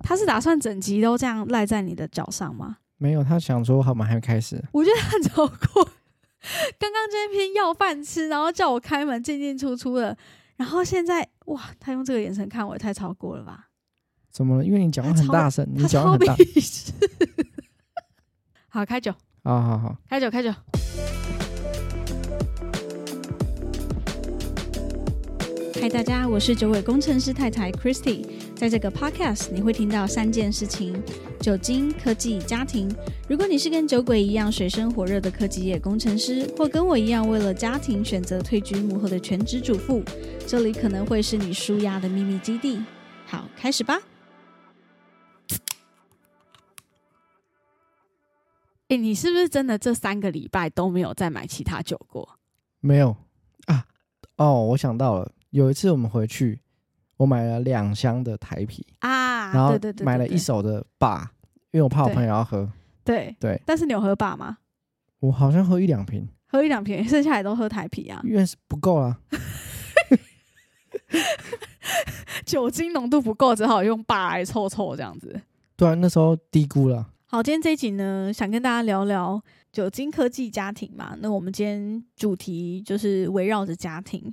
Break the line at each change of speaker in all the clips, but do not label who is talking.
他是打算整集都这样赖在你的脚上吗？
没有，他想说好，我们还没开始。
我觉得很超过。刚刚这篇要饭吃，然后叫我开门进进出出的，然后现在哇，他用这个眼神看我，也太超过了吧？
怎么了？因为你讲话
他
很
超
大声，你
他
讲话
超
很大。
鄙视。 好，开酒，
啊好好好，
开酒，开酒。嗨，大家，我是酒鬼工程师太太 Christy。在这个 podcast，你会听到三件事情：酒精、科技、家庭。如果你是跟酒鬼一样水深火热的科技业工程师，或跟我一样为了家庭选择退居幕后的全职主妇，这里可能会是你舒压的秘密基地。好，开始吧。哎、你是不是真的这三个礼拜都没有再买其他酒过？
没有啊。哦，我想到了，有一次我们回去，我买了两箱的台啤，
啊，
然后
对对对，
买了一手的把，因为我怕我
对
朋友要喝。
对对
对
但是你有喝爸吗？
我好像喝一两瓶，
喝一两瓶， 剩下来都喝台啤啊，
因为是不够啦。
酒精浓度不够，只好用爸来凑凑这样子。
对啊，那时候低估了。
好，今天这一集呢，想跟大家聊聊酒精科技家庭嘛。那我们今天主题就是围绕着家庭。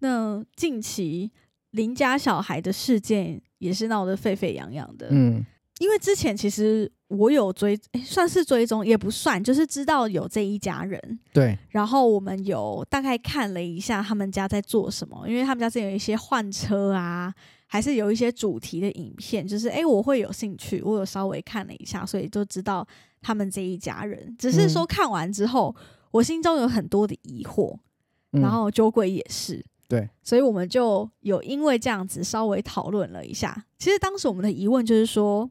那近期邻家小孩的事件也是闹得沸沸扬扬的，
嗯，
因为之前其实我有追，诶算是追踪也不算，就是知道有这一家人，
对，
然后我们有大概看了一下他们家在做什么，因为他们家之前有一些换车啊，还是有一些主题的影片，就是诶，我会有兴趣，我有稍微看了一下，所以就知道他们这一家人。只是说看完之后，我心中有很多的疑惑，
嗯、
然后酒鬼也是。
对，
所以我们就有因为这样子稍微讨论了一下。其实当时我们的疑问就是说，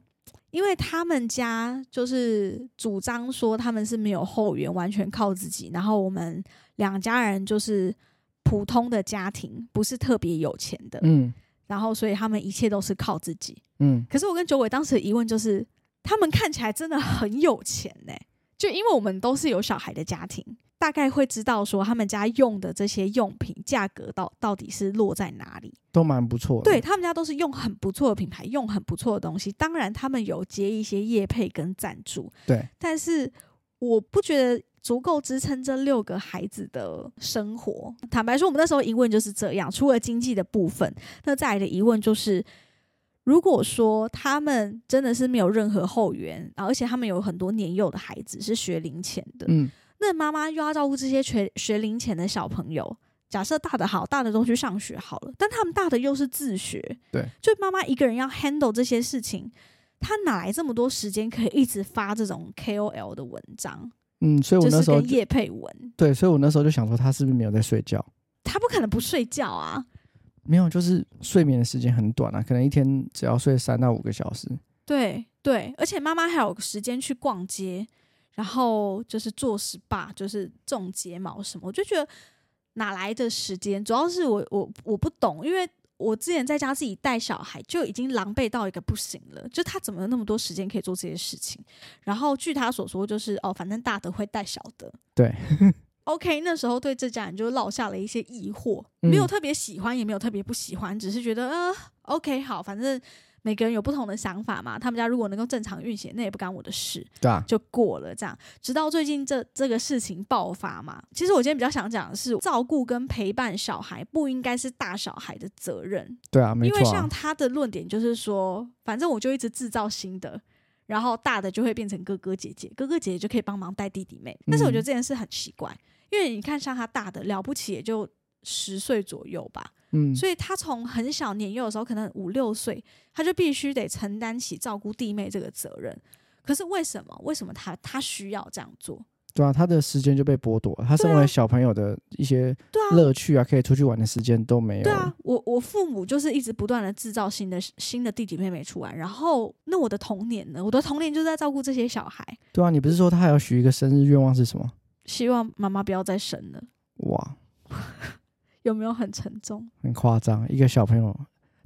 因为他们家就是主张说他们是没有后援，完全靠自己，然后我们两家人就是普通的家庭，不是特别有钱的，
嗯
然后所以他们一切都是靠自己。
嗯，
可是我跟九尾当时的疑问就是，他们看起来真的很有钱呢、就因为我们都是有小孩的家庭，大概会知道说他们家用的这些用品价格到到底是落在哪里。
都蛮不错的。
对，他们家都是用很不错的品牌，用很不错的东西。当然，他们有接一些业配跟赞助，
对，
但是我不觉得足够支撑这六个孩子的生活。坦白说，我们那时候疑问就是这样，除了经济的部分，那再来的疑问就是。如果说他们真的是没有任何后援，啊而且他们有很多年幼的孩子是学龄前的，
嗯，
那妈妈又要照顾这些学学龄前的小朋友。假设大的好，大的都去上学好了，但他们大的又是自学，
对，
就妈妈一个人要 handle 这些事情，她哪来这么多时间可以一直发这种 KOL 的文章，
嗯，所以我
就
那
是
时候
跟
就
叶佩文，
对，所以我那时候就想说，他是不是没有在睡觉？
她不可能不睡觉啊，
没有，就是睡眠的时间很短啊，可能一天只要睡三到五个小时。
对对，而且妈妈还有时间去逛街，然后就是做 SPA，就是种睫毛什么，我就觉得哪来的时间？主要是我我我不懂，因为我之前在家自己带小孩就已经狼狈到一个不行了，就他怎么有那么多时间可以做这些事情？然后据他所说，就是哦，反正大的会带小的，
对。
OK，那时候对这家人就落下了一些疑惑，没有
嗯
特别喜欢，也没有特别不喜欢，只是觉得呃，OK，好，反正每个人有不同的想法嘛。他们家如果能够正常运行，那也不干我的事，
对啊，
就过了这样。直到最近这这个事情爆发嘛，其实我今天比较想讲的是，照顾跟陪伴小孩不应该是大小孩的责任，
对啊，没
因为
错、
像
啊。
他的论点就是说，反正我就一直制造新的。然后大的就会变成哥哥姐姐，哥哥姐姐就可以帮忙带弟弟妹妹。但是我觉得
嗯
这件事很奇怪，因为你看，像他大的了不起也就十岁左右吧，
嗯，
所以他从很小年幼的时候，可能五六岁，他就必须得承担起照顾弟妹这个责任。可是为什么？为什么他他需要这样做？
对啊，他的时间就被剥夺了，他身
对啊
为小朋友的一些
对啊，
乐趣啊，可以出去玩的时间都没有
对
了。
啊，我我父母就是一直不断的制造新的新的弟弟妹妹出来，然后那我的童年呢？我的童年就是在照顾这些小孩，
对啊，你不是说他还要许一个生日愿望是什么？
希望妈妈不要再生了，
哇，
有没有很沉重？
很夸张，一个小朋友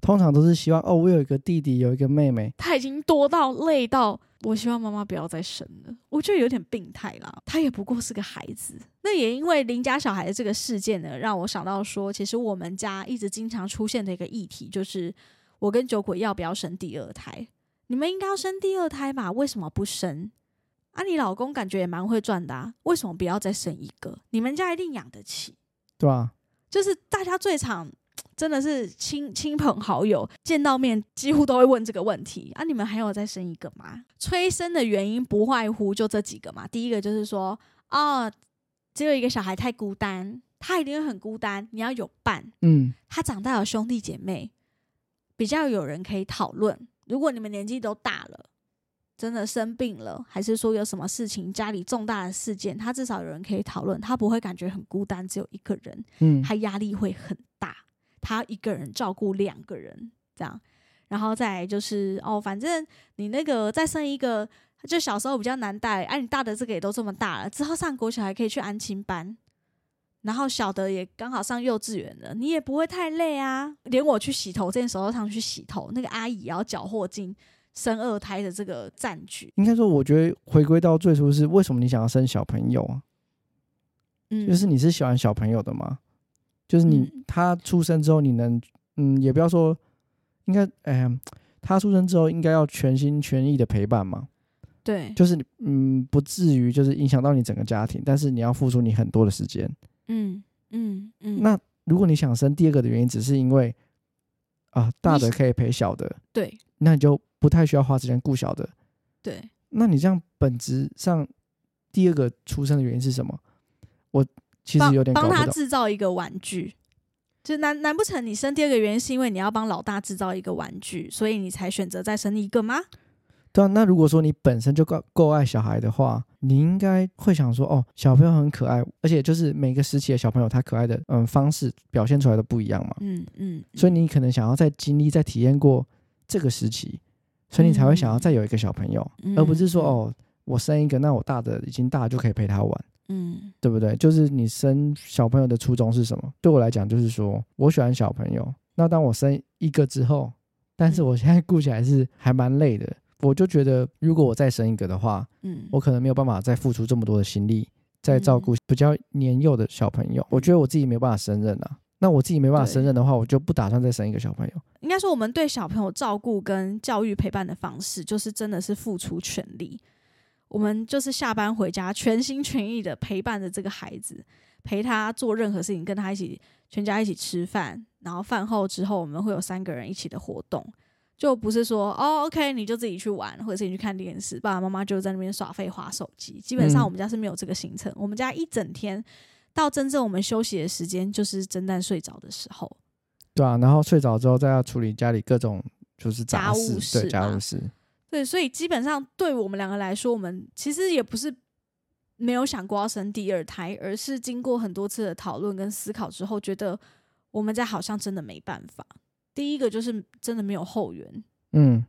通常都是希望哦，我有一个弟弟，有一个妹妹。
他已经多到累到，我希望妈妈不要再生了，我觉得有点病态啦。他也不过是个孩子，那也因为邻家小孩的这个事件呢，让我想到说，其实我们家一直经常出现的一个议题就是，我跟酒鬼要不要生第二胎？你们应该要生第二胎吧？为什么不生？啊，你老公感觉也蛮会赚的啊，为什么不要再生一个？你们家一定养得起。
对啊吧？
就是大家最常真的是亲亲朋好友见到面，几乎都会问这个问题啊，你们还有再生一个吗？催生的原因不外乎就这几个嘛，第一个就是说，哦，只有一个小孩太孤单，他一定会很孤单，你要有伴，
嗯，
他长大有兄弟姐妹，比较有人可以讨论。如果你们年纪都大了，真的生病了，还是说有什么事情，家里重大的事件，他至少有人可以讨论，他不会感觉很孤单，只有一个人。
嗯，
他压力会很大，他要一个人照顾两个人这样，然后再来就是哦，反正你那个再生一个，就小时候比较难带，哎、你大的这个也都这么大了，之后上国小还可以去安亲班，然后小的也刚好上幼稚园了，你也不会太累啊。连我去洗头这件手套上去洗头，那个阿姨也要缴获进生二胎的这个战局，
应该说，我觉得回归到最初是为什么你想要生小朋友啊？
嗯，
就是你是喜欢小朋友的吗？就是你、
嗯
他出生之后，你能嗯，也不要说，应该哎、呀，他出生之后应该要全心全意的陪伴嘛，
对，
就是你嗯，不至于就是影响到你整个家庭，但是你要付出你很多的时间。
嗯嗯嗯，
那如果你想生第二个的原因，只是因为啊，大的可以陪小的，
对
那你就不太需要花时间顾小的。
对，
那你这样本质上第二个出生的原因是什么？我其实有点搞
帮
不
帮他
懂。
制造一个玩具。就难难不成你生第二个原因是因为你要帮老大制造一个玩具，所以你才选择再生一个吗？
对啊，那如果说你本身就够够爱小孩的话，你应该会想说，哦，小朋友很可爱，而且就是每个时期的小朋友他可爱的嗯方式表现出来的不一样嘛，
嗯嗯，
所以你可能想要再经历、再体验过这个时期，所以你才会想要
嗯
再有一个小朋友，
嗯
而不是说，哦，我生一个，那我大的已经大就可以陪他玩。
嗯
对不对？就是你生小朋友的初衷是什么？对我来讲，就是说我喜欢小朋友。那当我生一个之后，但
嗯
是我现在顾起来是还蛮累的，我就觉得如果我再生一个的话，
嗯，
我可能没有办法再付出这么多的心力，再照顾比较年幼的小朋友。我觉得我自己没有办法胜任啊。那我自己没办法
对
胜任的话，我就不打算再生一个小朋友。
应该说我们对小朋友照顾跟教育陪伴的方式，就是真的是付出全力。我们就是下班回家，全心全意的陪伴着这个孩子，陪他做任何事情，跟他一起全家一起吃饭，然后饭后之后我们会有三个人一起的活动，就不是说哦，OK，你就自己去玩，或者是你去看电视，爸爸妈妈就在那边耍废划手机。基本上
嗯
我们家是没有这个行程，我们家一整天到真正我们休息的时间，就是蒸蛋睡着的时候。
对啊，然后睡着之后再要处理家里各种就是
家
杂
务
事，
事
对家
嘛
务事。
对，所以基本上对我们两个来说，我们其实也不是没有想过要生第二胎，而是经过很多次的讨论跟思考之后，觉得我们家好像真的没办法。第一个就是真的没有后援，
嗯，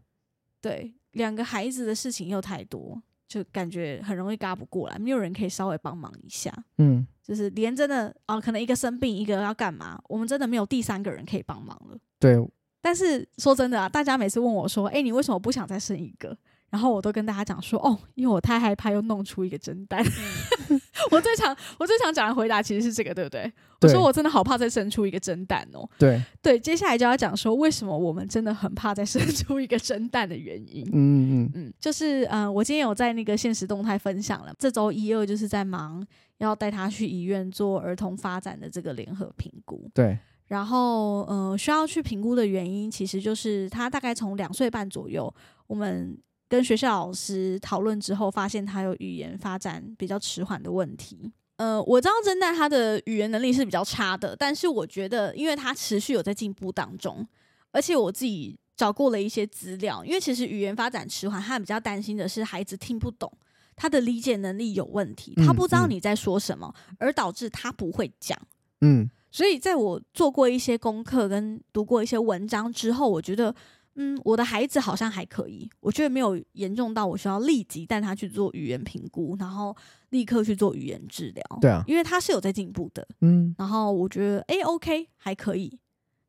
对，两个孩子的事情又太多，就感觉很容易嘎不过来，没有人可以稍微帮忙一下。
嗯，
就是连真的啊、可能一个生病，一个要干嘛，我们真的没有第三个人可以帮忙了。
对，
但是说真的啊，大家每次问我说：“哎、你为什么不想再生一个？”然后我都跟大家讲说：“哦，因为我太害怕又弄出一个真蛋。 我最常我最常讲的回答其实是这个，对不对？我
对
说我真的好怕再生出一个真蛋哦。
对，
对，接下来就要讲说为什么我们真的很怕再生出一个真蛋的原因。
嗯嗯
嗯，就是嗯、呃我今天有在那个现实动态分享了，这周一二就是在忙要带他去医院做儿童发展的这个联合评估。
对，
然后，呃，需要去评估的原因，其实就是他大概从两岁半左右，我们跟学校老师讨论之后，发现他有语言发展比较迟缓的问题。呃，我知道真蛋他的语言能力是比较差的，但是我觉得，因为他持续有在进步当中，而且我自己找过了一些资料，因为其实语言发展迟缓，他比较担心的是孩子听不懂，他的理解能力有问题，他
嗯
不知道
嗯
你在说什么，而导致他不会讲。
嗯。
所以在我做过一些功课跟读过一些文章之后，我觉得，嗯，我的孩子好像还可以，我觉得没有严重到我需要立即带他去做语言评估，然后立刻去做语言治疗。
对啊
因为他是有在进步的。
嗯
然后我觉得，哎、o k 还可以。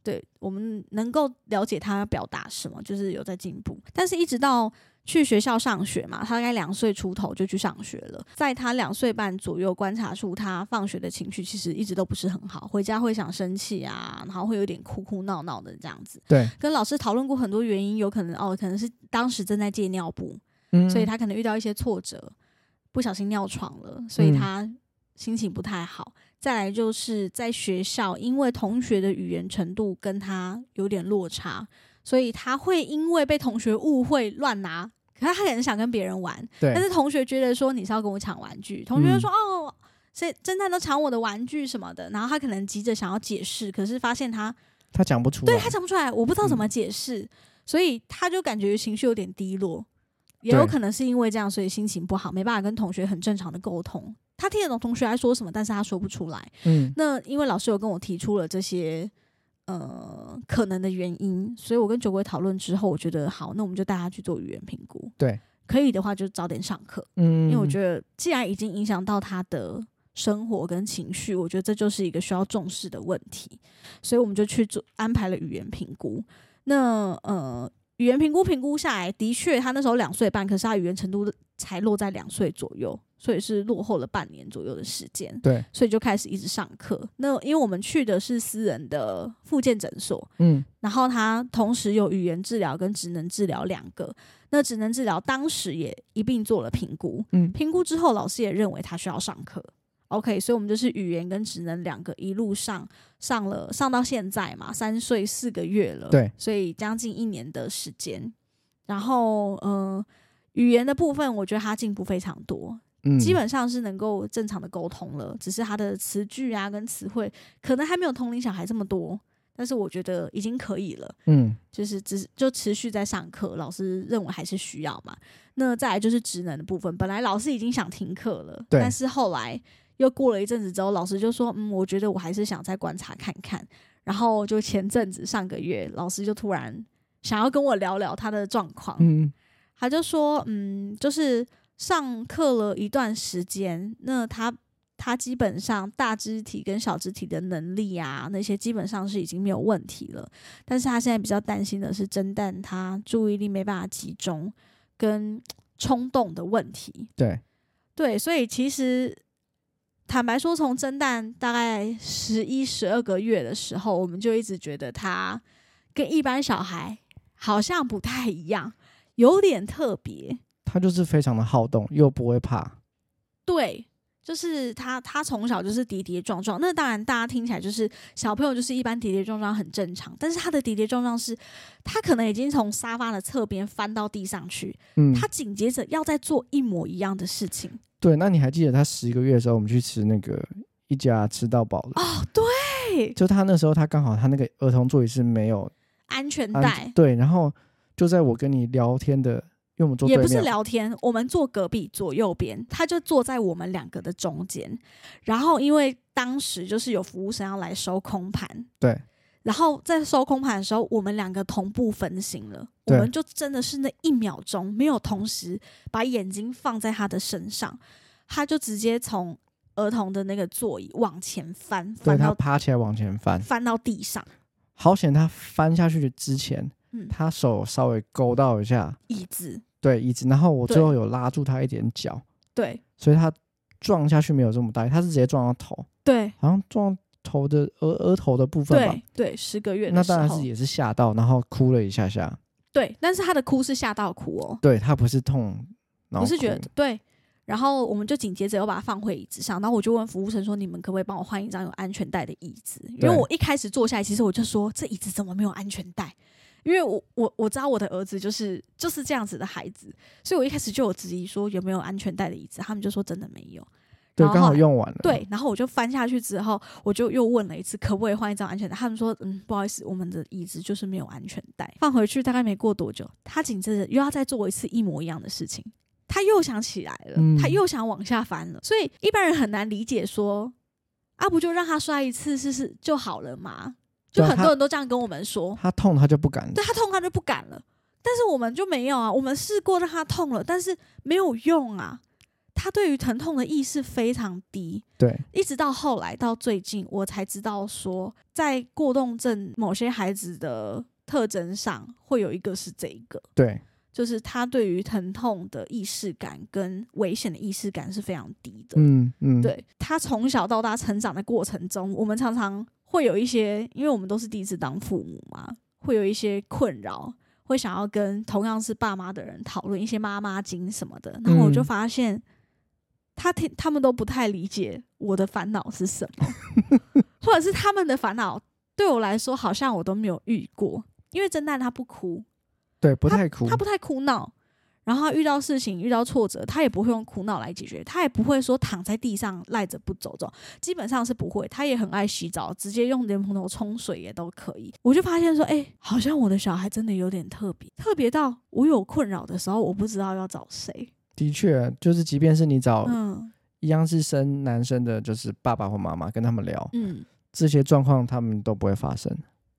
对我们能够了解他表达什么，就是有在进步。但是，一直到去学校上学嘛，他大概两岁出头就去上学了。在他两岁半左右，观察出他放学的情绪其实一直都不是很好，回家会想生气啊，然后会有点哭哭闹闹的这样子。
对，
跟老师讨论过很多原因，有可能哦，可能是当时正在戒尿布，
嗯，
所以他可能遇到一些挫折，不小心尿床了，所
嗯
以他心情不太好。再来就是在学校，因为同学的语言程度跟他有点落差，所以他会因为被同学误会乱拿。可是他可能想跟别人玩，
对
但是同学觉得说你是要跟我抢玩具，同学就
嗯
说、哦，谁侦探都抢我的玩具什么的，然后他可能急着想要解释，可是发现他
他讲不出嗯来，
对他讲不出来，我不知道怎么解释，所以他就感觉情绪有点低落，也有
对
可能是因为这样，所以心情不好，没办法跟同学很正常的沟通。他听得懂同学在说什么，但是他说不出来。
嗯
那因为老师有跟我提出了这些呃可能的原因，所以我跟酒鬼讨论之后，我觉得好，那我们就带他去做语言评估。
对，
可以的话就早点上课，因
嗯，
为我
得
觉得既然已经影响到他的生活跟情绪，我觉得这就是一个需要重视的问题，所以我们就去做安排了语言评估。那呃，语言评估评估下来，的确他那时候两岁半，可是他语言程度才落在两岁左右，所以是落后了半年左右的时间，
对，
所以就开始一直上课。那因为我们去的是私人的复健诊所，
嗯
然后他同时有语言治疗跟职能治疗两个。那职能治疗当时也一并做了评估，
嗯
评估之后老师也认为他需要上课。OK，所以我们就是语言跟职能两个一路上上了上到现在嘛，三岁四个月了，
对，
所以将近一年的时间。然后，呃，语言的部分我觉得他进步非常多，
嗯，
基本上是能够正常的沟通了，只是他的词句啊跟词汇可能还没有同龄小孩这么多，但是我觉得已经可以了。
嗯
就是只是就持续在上课，老师认为还是需要嘛。那再来就是职能的部分，本来老师已经想停课了，
对
但是后来又过了一阵子之后，老师就说：“嗯，我觉得我还是想再观察看看。”然后就前阵子上个月，老师就突然想要跟我聊聊他的状况，
嗯
他就说，嗯，就是上课了一段时间，那他他基本上大肢体跟小肢体的能力啊，那些基本上是已经没有问题了。但是他现在比较担心的是侦探他注意力没办法集中跟冲动的问题。
对
对，所以其实坦白说，从侦蛋大概十一、十二个月的时候，我们就一直觉得他跟一般小孩好像不太一样，有点特别。
他就是非常的好动，又不会怕，
对，就是他，他从小就是跌跌撞撞。那当然，大家听起来就是小朋友就是一般跌跌撞撞很正常，但是他的跌跌撞撞是，他可能已经从沙发的侧边翻到地上去，
嗯，
他紧接着要再做一模一样的事情。
对。那你还记得他十个月的时候，我们去吃那个一家吃到饱的，
哦，对，
就他那时候他刚好他那个儿童座椅是没有
安全
安
带。
对，然后就在我跟你聊天的，因为我们坐对
也不
面，
是聊天，我们坐隔壁左右边，他就坐在我们两个的中间。然后因为当时就是有服务生要来收空盘，
对，
然后在收空盘的时候，我们两个同步分心了，我
对
们就真的是那一秒钟没有同时把眼睛放在他的身上，他就直接从儿童的那个座椅往前翻，
对
翻
他
到
爬起来往前翻，
翻到地上，
好险他翻下去之前，
嗯，
他手稍微勾到一下，
椅子，
对椅子，然后我
对
最后有拉住他一点脚，
对
所以他撞下去没有这么大力，他是直接撞到头，
对
好像撞头的额额头的部分吧
对。对，十个月
那
的时
当然
候
是，也是吓到，然后哭了一下下。
对，但是他的哭是吓到哭哦，
对他不是痛，
我
然后
是觉得
哭
对。然后我们就紧接着又把它放回椅子上，然后我就问服务生说：“你们可不可以帮我换一张有安全带的椅子？”因为
对
我一开始坐下来，其实我就说这椅子怎么没有安全带？因为我我我知道我的儿子就是就是这样子的孩子，所以我一开始就有质疑说有没有安全带的椅子，他们就说真的没有。
对，
然后
刚
后
好
来
用完了。
对，然后我就翻下去之后，我就又问了一次，可不可以换一张安全带？他们说，嗯，不好意思，我们的椅子就是没有安全带。放回去大概没过多久，他紧接着又要再做一次一模一样的事情，他又想起来了，
嗯
他又想往下翻了。所以一般人很难理解说，啊，不就让他摔一次试试就好了嘛？就
对啊
很
他
多人都这样跟我们说，
他痛他就不敢。
对他痛他就不敢了。但是我们就没有啊，我们试过让他痛了，但是没有用啊。他对于疼痛的意识非常低，
对
一直到后来到最近，我才知道说，在过动症某些孩子的特征上会有一个是这一个，
对
就是他对于疼痛的意识感跟危险的意识感是非常低的。
嗯嗯，，
对他从小到大成长的过程中，我们常常会有一些，因为我们都是第一次当父母嘛，会有一些困扰，会想要跟同样是爸妈的人讨论一些妈妈经什么的。然后我就
嗯
发现，他听他们都不太理解我的烦恼是什 么，或者是他们的烦恼对我来说好像我都没有遇过，因为侦探他不哭，
对，不太苦，
他不太哭闹，然后他遇到事情、遇到挫折，他也不会用哭闹来解决，他也不会说躺在地上赖着不走这种，基本上是不会。他也很爱洗澡，直接用莲蓬头冲水也都可以。我就发现说，哎、好像我的小孩真的有点特别，特别到我有困扰的时候，我不知道要找谁。
的确，就是即便是你找
嗯
一样是生男生的，就是爸爸或妈妈跟他们聊
嗯，
这些状况，他们都不会发生。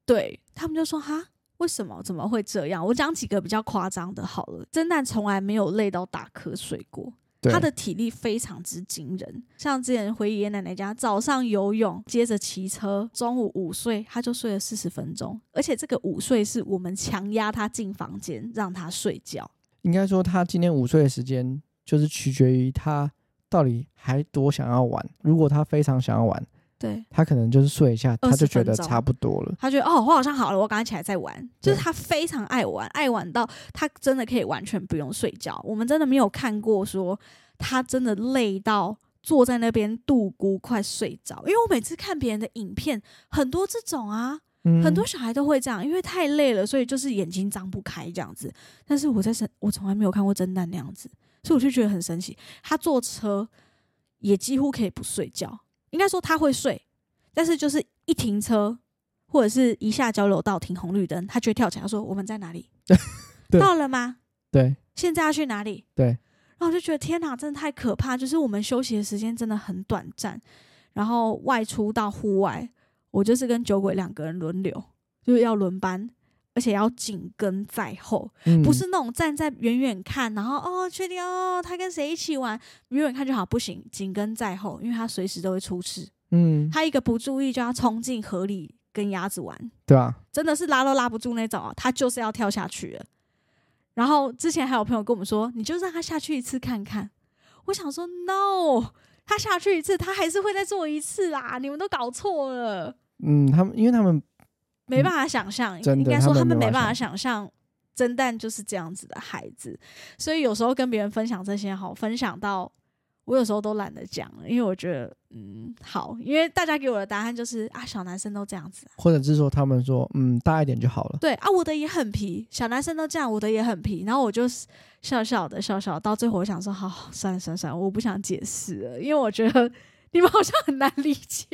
对他们就说哈。为什么？怎么会这样？我讲几个比较夸张的好了。侦探从来没有累到打瞌睡过，
对，
他的体力非常之惊人。像之前回爷爷奶奶家，早上游泳，接着骑车，中午午睡，他就睡了四十分钟。而且这个午睡是我们强压他进房间让他睡觉。
应该说他今天午睡的时间，就是取决于他到底还多想要玩。如果他非常想要玩，
对。
他可能就是睡一下，他就
20
觉得
分钟
差不多了。
他觉得哦，我好像好了，我赶快起来再玩。就
对
是他非常爱玩，爱玩到他真的可以完全不用睡觉。我们真的没有看过说他真的累到坐在那边度孤快睡着，因为我每次看别人的影片，很多这种啊，
嗯，
很多小孩都会这样，因为太累了，所以就是眼睛张不开这样子。但是我在神，我从来没有看过侦探那样子，所以我就觉得很神奇。他坐车也几乎可以不睡觉，应该说他会睡，但是就是一停车或者是一下交流道停红绿灯，他就会跳起来说：“我们在哪里？
对
到了吗？
对
现在要去哪里？”
对，
然后我就觉得天哪，真的太可怕！就是我们休息的时间真的很短暂，然后外出到户外，我就是跟酒鬼两个人轮流，就是要轮班，而且要紧跟在后，
嗯
不是那种站在远远看，然后哦确定哦他跟谁一起玩，远远看就好，不行，紧跟在后，因为他随时都会出事，
嗯，
他一个不注意就要冲进河里跟鸭子玩，
对啊，
真的是拉都拉不住那种啊，他就是要跳下去了。然后之前还有朋友跟我们说，你就让他下去一次看看。我想说，no，他下去一次，他还是会再做一次啦，你们都搞错了，
嗯，他们因为他们
没办法想象，
真的
应该说
他
他
们
们
没
没
办
办
法
法想象。侦探就是这样子的孩子，所以有时候跟别人分享这些好，分享到我有时候都懒得讲了，因为我觉得嗯好，因为大家给我的答案就是啊小男生都这样子啊
或者是说他们说，嗯，大一点就好了。
对啊，我的也很皮，小男生都这样，我的也很皮。然后我就是笑笑的笑笑，到最后我想说，好，算了算了算了，我不想解释了，因为我觉得你们好像很难理解，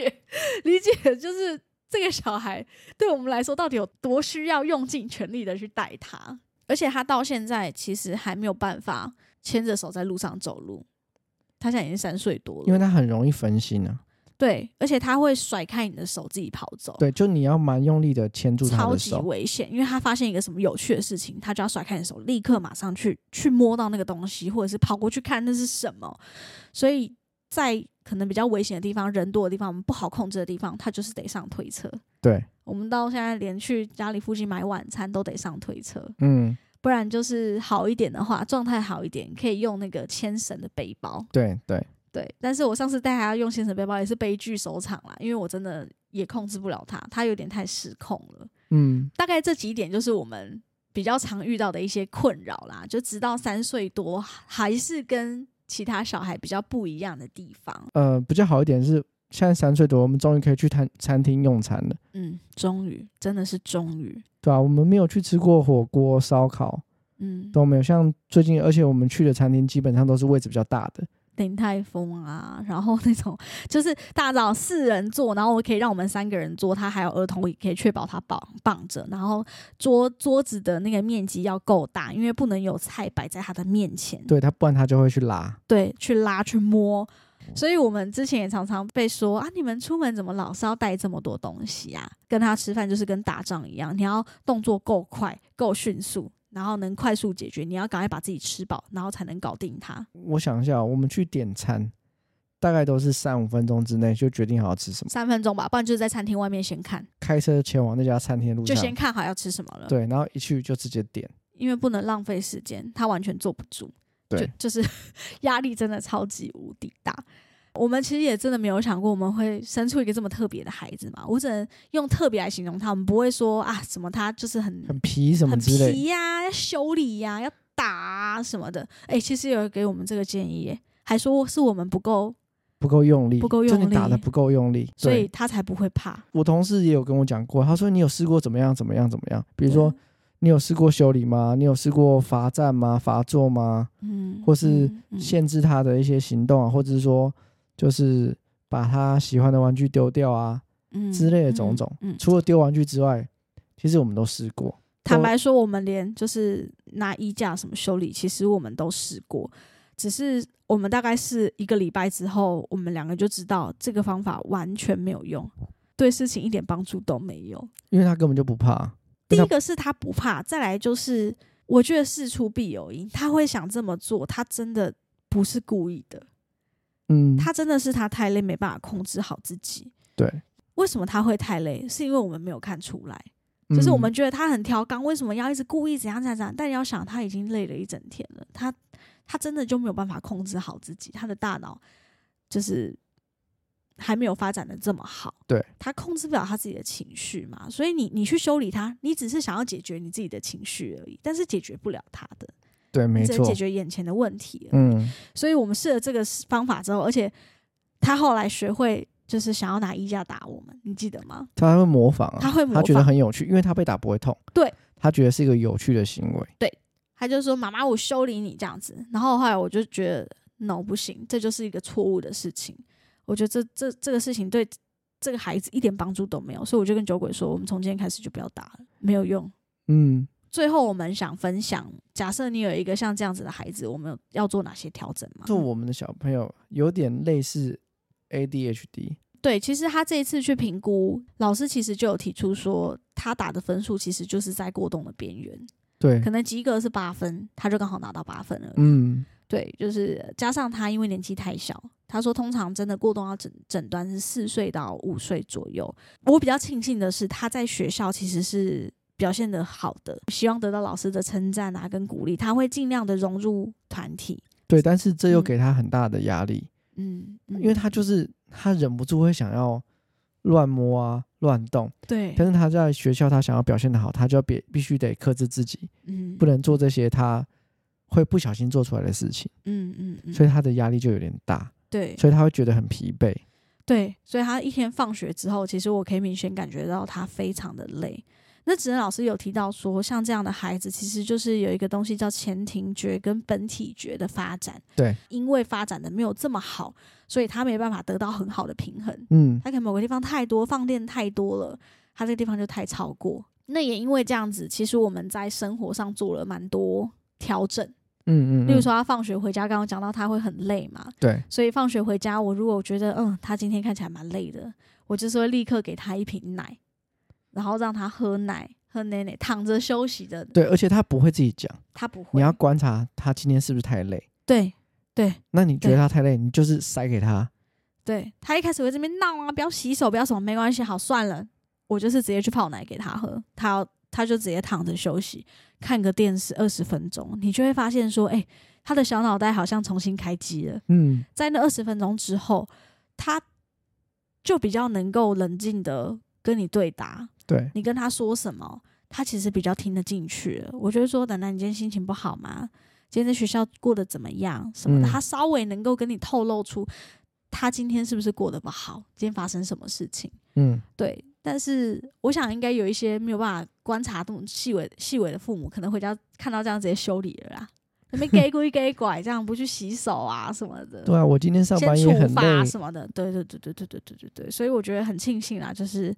理解就是这个小孩对我们来说到底有多需要用尽全力的去带他，而且他到现在其实还没有办法牵着手在路上走路，他现在已经三岁多
因为
了，
他很容易分心啊，
对，而且他会甩开你的手自己跑走，
对，就你要蛮用力的牵住他
超
的
级
手，
危险，因为他发现一个什么有趣的事情，他就要甩开你的手，立刻马上去去摸到那个东西，或者是跑过去看那是什么。所以在可能比较危险的地方、人多的地方、我们不好控制的地方，他就是得上推车。
对，
我们到现在连去家里附近买晚餐都得上推车，
嗯，
不然就是好一点的话，状态好一点，可以用那个牵绳的背包。
对对，
对，但是我上次带他用牵绳背包也是悲剧收场啦，因为我真的也控制不了他，他有点太失控了。
嗯，
大概这几点就是我们比较常遇到的一些困扰啦，就直到三岁多还是跟其他小孩比较不一样的地方。
呃，比较好一点是现在三岁多，我们终于可以去餐餐厅用餐了，
嗯，终于，真的是终于，
对啊，我们没有去吃过火锅、烧烤
嗯，
都没有，像最近，而且我们去的餐厅基本上都是位置比较大的，
鼎泰丰啊，然后那种就是大早四人座，然后我可以让我们三个人坐，他还有儿童椅可以确保他绑绑着，然后桌桌子的那个面积要够大，因为不能有菜摆在他的面前。
对他，不然他就会去拉，
对，去拉去摸。所以我们之前也常常被说啊，你们出门怎么老是要带这么多东西啊？跟他吃饭就是跟打仗一样，你要动作够快、够迅速，然后能快速解决，你要赶快把自己吃饱，然后才能搞定他。
我想一下，哦我们去点餐，大概都是三五分钟之内就决定好要吃什么，
三分钟吧，不然就是在餐厅外面先看，
开车前往那家餐厅的路
就
上，
先看好要吃什么了。
对，然后一去就直接点，
因为不能浪费时间，他完全坐不住。就
对
就是 压力真的超级无敌大。我们其实也真的没有想过我们会生出一个这么特别的孩子嘛，我只能用特别来形容他，我们不会说啊什么他就是很
很皮什么
很
之类
皮，呀、要修理呀、要打、啊、什么的。哎、其实有人给我们这个建议耶，还说是我们不够，
不够用力，
不够
就
用
你打
力
的不够用力。
所以
对
他才不会怕。
我同事也有跟我讲过，他说你有试过怎么样怎么样怎么样，比如说
对，
你有试过修理吗？你有试过罚站吗？罚坐吗？
嗯，
或是
嗯嗯
限制他的一些行动啊，或者是说就是把他喜欢的玩具丢掉啊
嗯
之类的种种。
嗯，嗯
除了丢玩具之外，其实我们都试过。
坦白说，我们连就是拿衣架什么修理，其实我们都试过，只是我们大概是一个礼拜之后，我们两个就知道这个方法完全没有用，对事情一点帮助都没有。
因为他根本就不怕，
第
那
一个是他不怕，再来就是我觉得事出必有因，他会想这么做，他真的不是故意的，
嗯，
他真的是他太累，没办法控制好自己。
对，
为什么他会太累？是因为我们没有看出来。就是我们
嗯
觉得他很挑刚，为什么要一直故意怎样怎样怎样？但你要想，他已经累了一整天了，他他真的就没有办法控制好自己，他的大脑就是还没有发展的这么好，
对，
他控制不了他自己的情绪嘛，所以你你去修理他，你只是想要解决你自己的情绪而已，但是解决不了他的，
对，
你
没
只能
错
解，决眼前的问题而已
嗯，
所以我们试了这个方法之后，而且他后来学会就是想要拿衣架打我们，你记得吗？
他会模仿啊，
他会模
他觉得
仿
很有趣，因为他被打不会痛，
对，
他觉得是一个有趣的行为，
他就说：“妈妈，我修理你这样子。”然后后来我就觉得，no，不行，这就是一个错误的事情。我觉得这这这个事情对这个孩子一点帮助都没有，所以我就跟酒鬼说：“我们从今天开始就不要打了，没有用。
嗯，”
最后，我们想分享，假设你有一个像这样子的孩子，我们有要做哪些调整吗？
就我们的小朋友有点类似 ADHD，
对，其实他这一次去评估，老师其实就有提出说，他打的分数其实就是在过动的边缘，
对
可，能及格是八分，他就刚好拿到八分了。
嗯，
对，就是加上他因为年纪太小，他说通常真的过动要诊诊断是四岁到五岁左右。我比较庆幸的是，他在学校其实是表现的好的，希望得到老师的称赞啊跟鼓励，他会尽量的融入团体。
对，但是这又
嗯
给他很大的压力，
嗯，嗯
因为他就是他忍不住会想要乱摸啊、乱动，
对，
但是他在学校他想要表现的好，他就必必须得克制自己，
嗯，
不能做这些他会不小心做出来的事情，
嗯，嗯嗯，
所以他的压力就有点大，
对
所以他会觉得很疲惫。
对，所以他一天放学之后，其实我可以明显感觉到他非常的累。那子恩老师有提到说，像这样的孩子，其实就是有一个东西叫前庭觉跟本体觉的发展。
对，
因为发展的没有这么好，所以他没办法得到很好的平衡。
嗯，
他可能某个地方太多放电太多了，他这个地方就太超过。那也因为这样子，其实我们在生活上做了蛮多调整。
嗯嗯，
例如
嗯，
说，他放学回家，刚刚讲到他会很累嘛，
对，
所以放学回家，我如果觉得嗯，他今天看起来蛮累的，我就是会立刻给他一瓶奶，然后让他喝奶、喝奶奶，躺着休息的。
对，而且他不会自己讲，
他不会。
你要观察他今天是不是太累。
对对
那你觉得
对
他太累，你就是塞给他，
对，他一开始会这边闹啊，不要洗手，不要什么，没关系，好算了，我就是直接去泡奶给他喝，他要他就直接躺着休息，看个电视二十分钟，你就会发现说，哎、他的小脑袋好像重新开机了。
嗯，
在那二十分钟之后，他就比较能够冷静的跟你对答，
对，
你跟他说什么，他其实比较听得进去了。我就会说，奶奶，你今天心情不好吗？今天在学校过得怎么样？什么的，
嗯
他稍微能够跟你透露出他今天是不是过得不好，今天发生什么事情。
嗯，
对，但是我想应该有一些没有办法观察这么细微细微的父母，可能回家看到这样直接修理了啦。那边 给归给拐，这样不去洗手啊什么的。
对啊，我今天上
先
班
处
也很
罚啊
累，
什么的。对对对对对对对对对，所以我觉得很庆幸啦，就是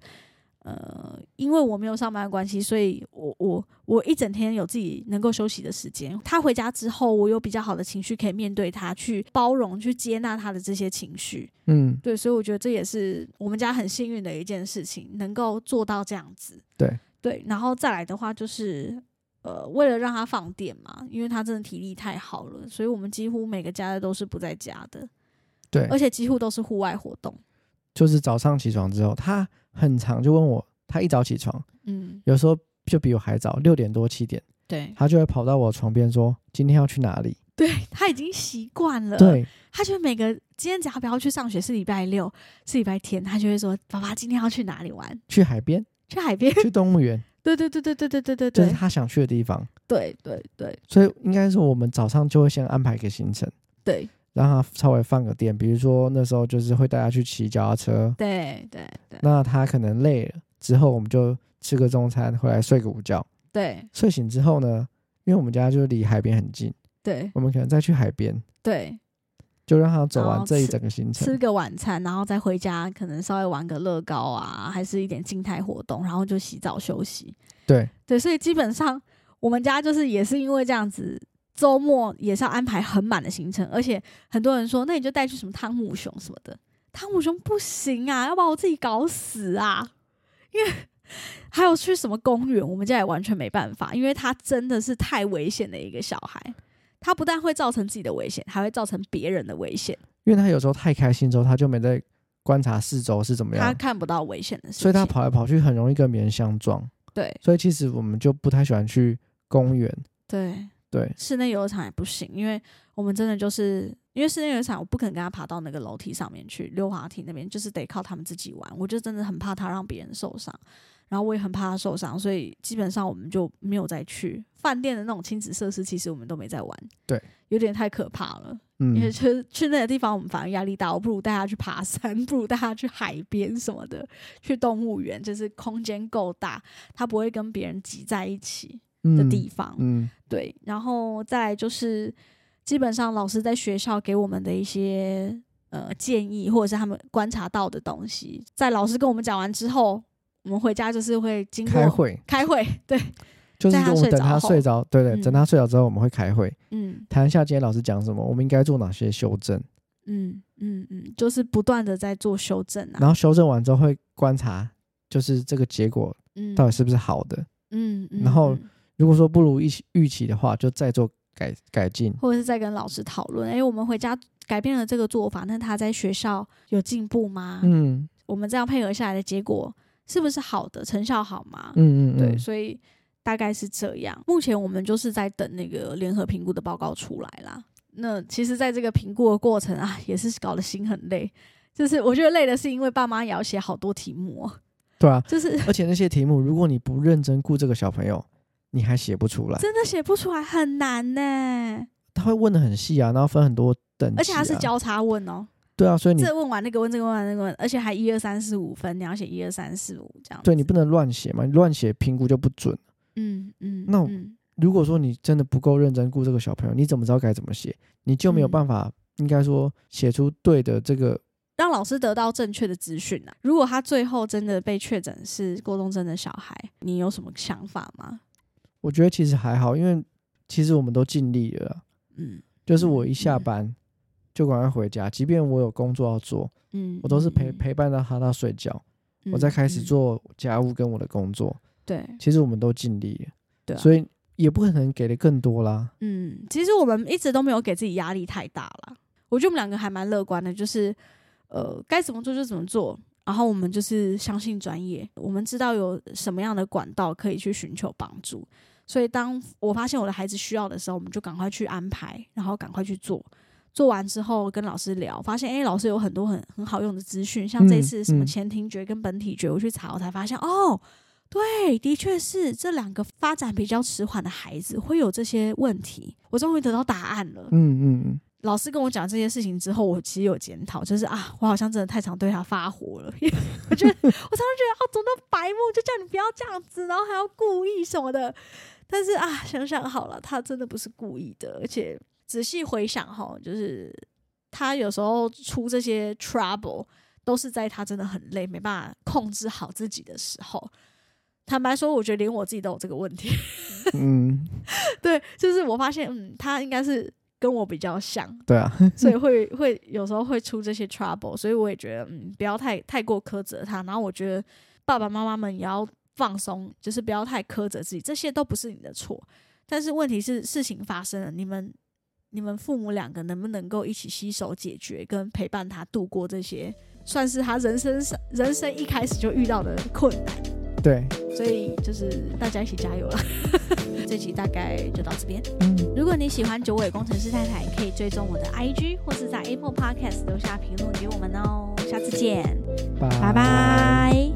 呃，因为我没有上班的关系，所以我我我一整天有自己能够休息的时间。他回家之后，我有比较好的情绪可以面对他，去包容、去接纳他的这些情绪。
嗯，
对，所以我觉得这也是我们家很幸运的一件事情，能够做到这样子。
对
对，然后再来的话就是。呃，为了让他放电嘛，因为他真的体力太好了，所以我们几乎每个家的都是不在家的。
对，
而且几乎都是户外活动。
就是早上起床之后，他很常就问我，他一早起床，
嗯，
有时候就比我还早，六点多七点，
对
他就会跑到我床边说：“今天要去哪里
对，他已经习惯？”了。，
对，
他觉得每个今天只要不要去上学，是礼拜六，是礼拜天，他就会说：“爸爸，今天要去哪里玩？
去海边，
去海边。
去动物园，”
对对对对对对对对
就是
对
他想去的地方。
对对对
所以应该是我们早上就会先安排一个行程，
对
让他稍微放个电。比如说那时候就是会带他去骑脚踏车，
对对对
那他可能累了之后，我们就吃个中餐，回来睡个午觉。
对
睡醒之后呢，因为我们家就离海边很近，
对
我们可能再去海边，
对，
就让他走
然
完
后
这一
哦吃
整个行程
吃。个晚餐，然后再回家，可能稍微玩个乐高啊，还是一点静态活动，然后就洗澡休息。
对
对，所以基本上我们家就是也是因为这样子，周末也是要安排很满的行程，而且很多人说，那你就带去什么汤姆熊什么的，汤姆熊不行啊，要把我自己搞死啊，因为。还有去什么公园，我们家也完全没办法，因为他真的是太危险的一个小孩。他不但会造成自己的危险，还会造成别人的危险。
因为他有时候太开心之后，他就没在观察四周是怎么
他
样，
看不到危险的事情，
啊所以他跑来跑去很容易跟别人相撞。
对
所以其实我们就不太喜欢去公园。
对
对
室内游乐场也不行，因为我们真的就是因为室内游乐场，我不可能跟他爬到那个楼梯上面去，溜滑梯那边就是得靠他们自己玩。我就真的很怕他让别人受伤，然后我也很怕他受伤，所以基本上我们就没有再去饭店的那种亲子设施，其实我们都没在玩，
对，
有点太可怕了。因为
嗯，
就是去那个地方，我们反而压力大，我不如带他去爬山， 不如带他去海边什么的，去动物园，就是空间够大，他不会跟别人挤在一起的地方。
嗯，嗯，
对，然后再来就是，基本上老师在学校给我们的一些呃建议，或者是他们观察到的东西，在老师跟我们讲完之后，我们回家就是会经过
开会
开会， 对，
就是
在他
我们
睡
等
着
他
后
睡着，对对，
嗯
等他睡着之后我们会开会，
嗯
谈一下今天老师讲什么，我们应该做哪些修正，
嗯嗯嗯，就是不断的在做修正啊
然，后修正完之后会观察，就是这个结果
嗯
到底是不是好的。
嗯，嗯
然后
嗯
如果说不如预期预期的话，就再做改改进。
或者是在跟老师讨论，哎、我们回家改变了这个做法，那他在学校有进步吗？
嗯
我们这样配合下来的结果是不是好的，成效好吗？
嗯嗯，
对，
嗯，
所以大概是这样。目前我们就是在等那个联合评估的报告出来啦。那其实，在这个评估的过程啊， 也是搞得心很累。就是我觉得累的是因为爸妈也要写好多题目、哦，
对啊。
就是
而且那些题目，如果你不认真顾这个小朋友，你还写不出来。
真的写不出来，很难呢、
他会问的很细啊，然后分很多等级、啊，
而且它是交叉问哦，
对啊，所以你
这问完那个问，这个问完那个问，而且还一二三四五分，你要写一二三四五这样子。
对你不能乱写嘛，你乱写评估就不准。
嗯嗯，
那我
嗯
如果说你真的不够认真顾这个小朋友，你怎么知道该怎么写？你就没有
嗯
办法，应该说写出对的这个，
让老师得到正确的资讯啊。如果他最后真的被确诊是过动症的小孩，你有什么想法吗？
我觉得其实还好，因为其实我们都尽力了啊，
嗯
就是我一下班就赶快回家，即便我有工作要做，
嗯，
我都是陪
嗯，
陪伴到他到睡觉，
嗯
我再开始。
嗯
做家务跟我的工作。
对
其实我们都尽力了，
对啊，
所
以
以也不可能给的更多啦。
嗯，其实我们一直都没有给自己压力太大啦。我觉得我们两个还蛮乐观的，就是呃，该怎么做就怎么做。然后我们就是相信专业，我们知道有什么样的管道可以去寻求帮助。所以当我发现我的孩子需要的时候，我们就赶快去安排，然后赶快去做。做完之后跟老师聊，发现诶，老师有很多很很好用的资讯，像这
嗯
次什么
嗯
前庭觉跟本体觉，我去查我才发现哦，对，的确是这两个发展比较迟缓的孩子会有这些问题。我终于得到答案了。
嗯嗯嗯。
老师跟我讲这些事情之后，我其实有检讨，就是啊，我好像真的太常对他发火了。因 为我觉得，我常常觉得哦，怎么那么白目，就叫你不要这样子，然后还要故意什么的。但是啊，想想好了，他真的不是故意的，而且仔细回想哈，就是他有时候出这些 trouble，都是在他真的很累，没办法控制好自己的时候。坦白说，我觉得连我自己都有这个问题。
嗯，
对，就是我发现，嗯，他应该是跟我比较像，
对啊，
所以会会有时候会出这些 trouble，所以我也觉得，嗯，不要太太过苛责他。然后我觉得爸爸妈妈们也要放松，就是不要太苛责自己，这些都不是你的错。但是问题是，事情发生了，你们你们父母两个能不能够一起携手解决，跟陪伴他度过这些，算是他人生上人生一开始就遇到的困难。
对，
啊所以就是大家一起加油啦！
这集大概就到这边。
嗯，
如果你喜欢九尾工程师太太，也可以追踪我的 IG 或是在 Apple Podcast 留下评论给我们哦。下次见，拜拜。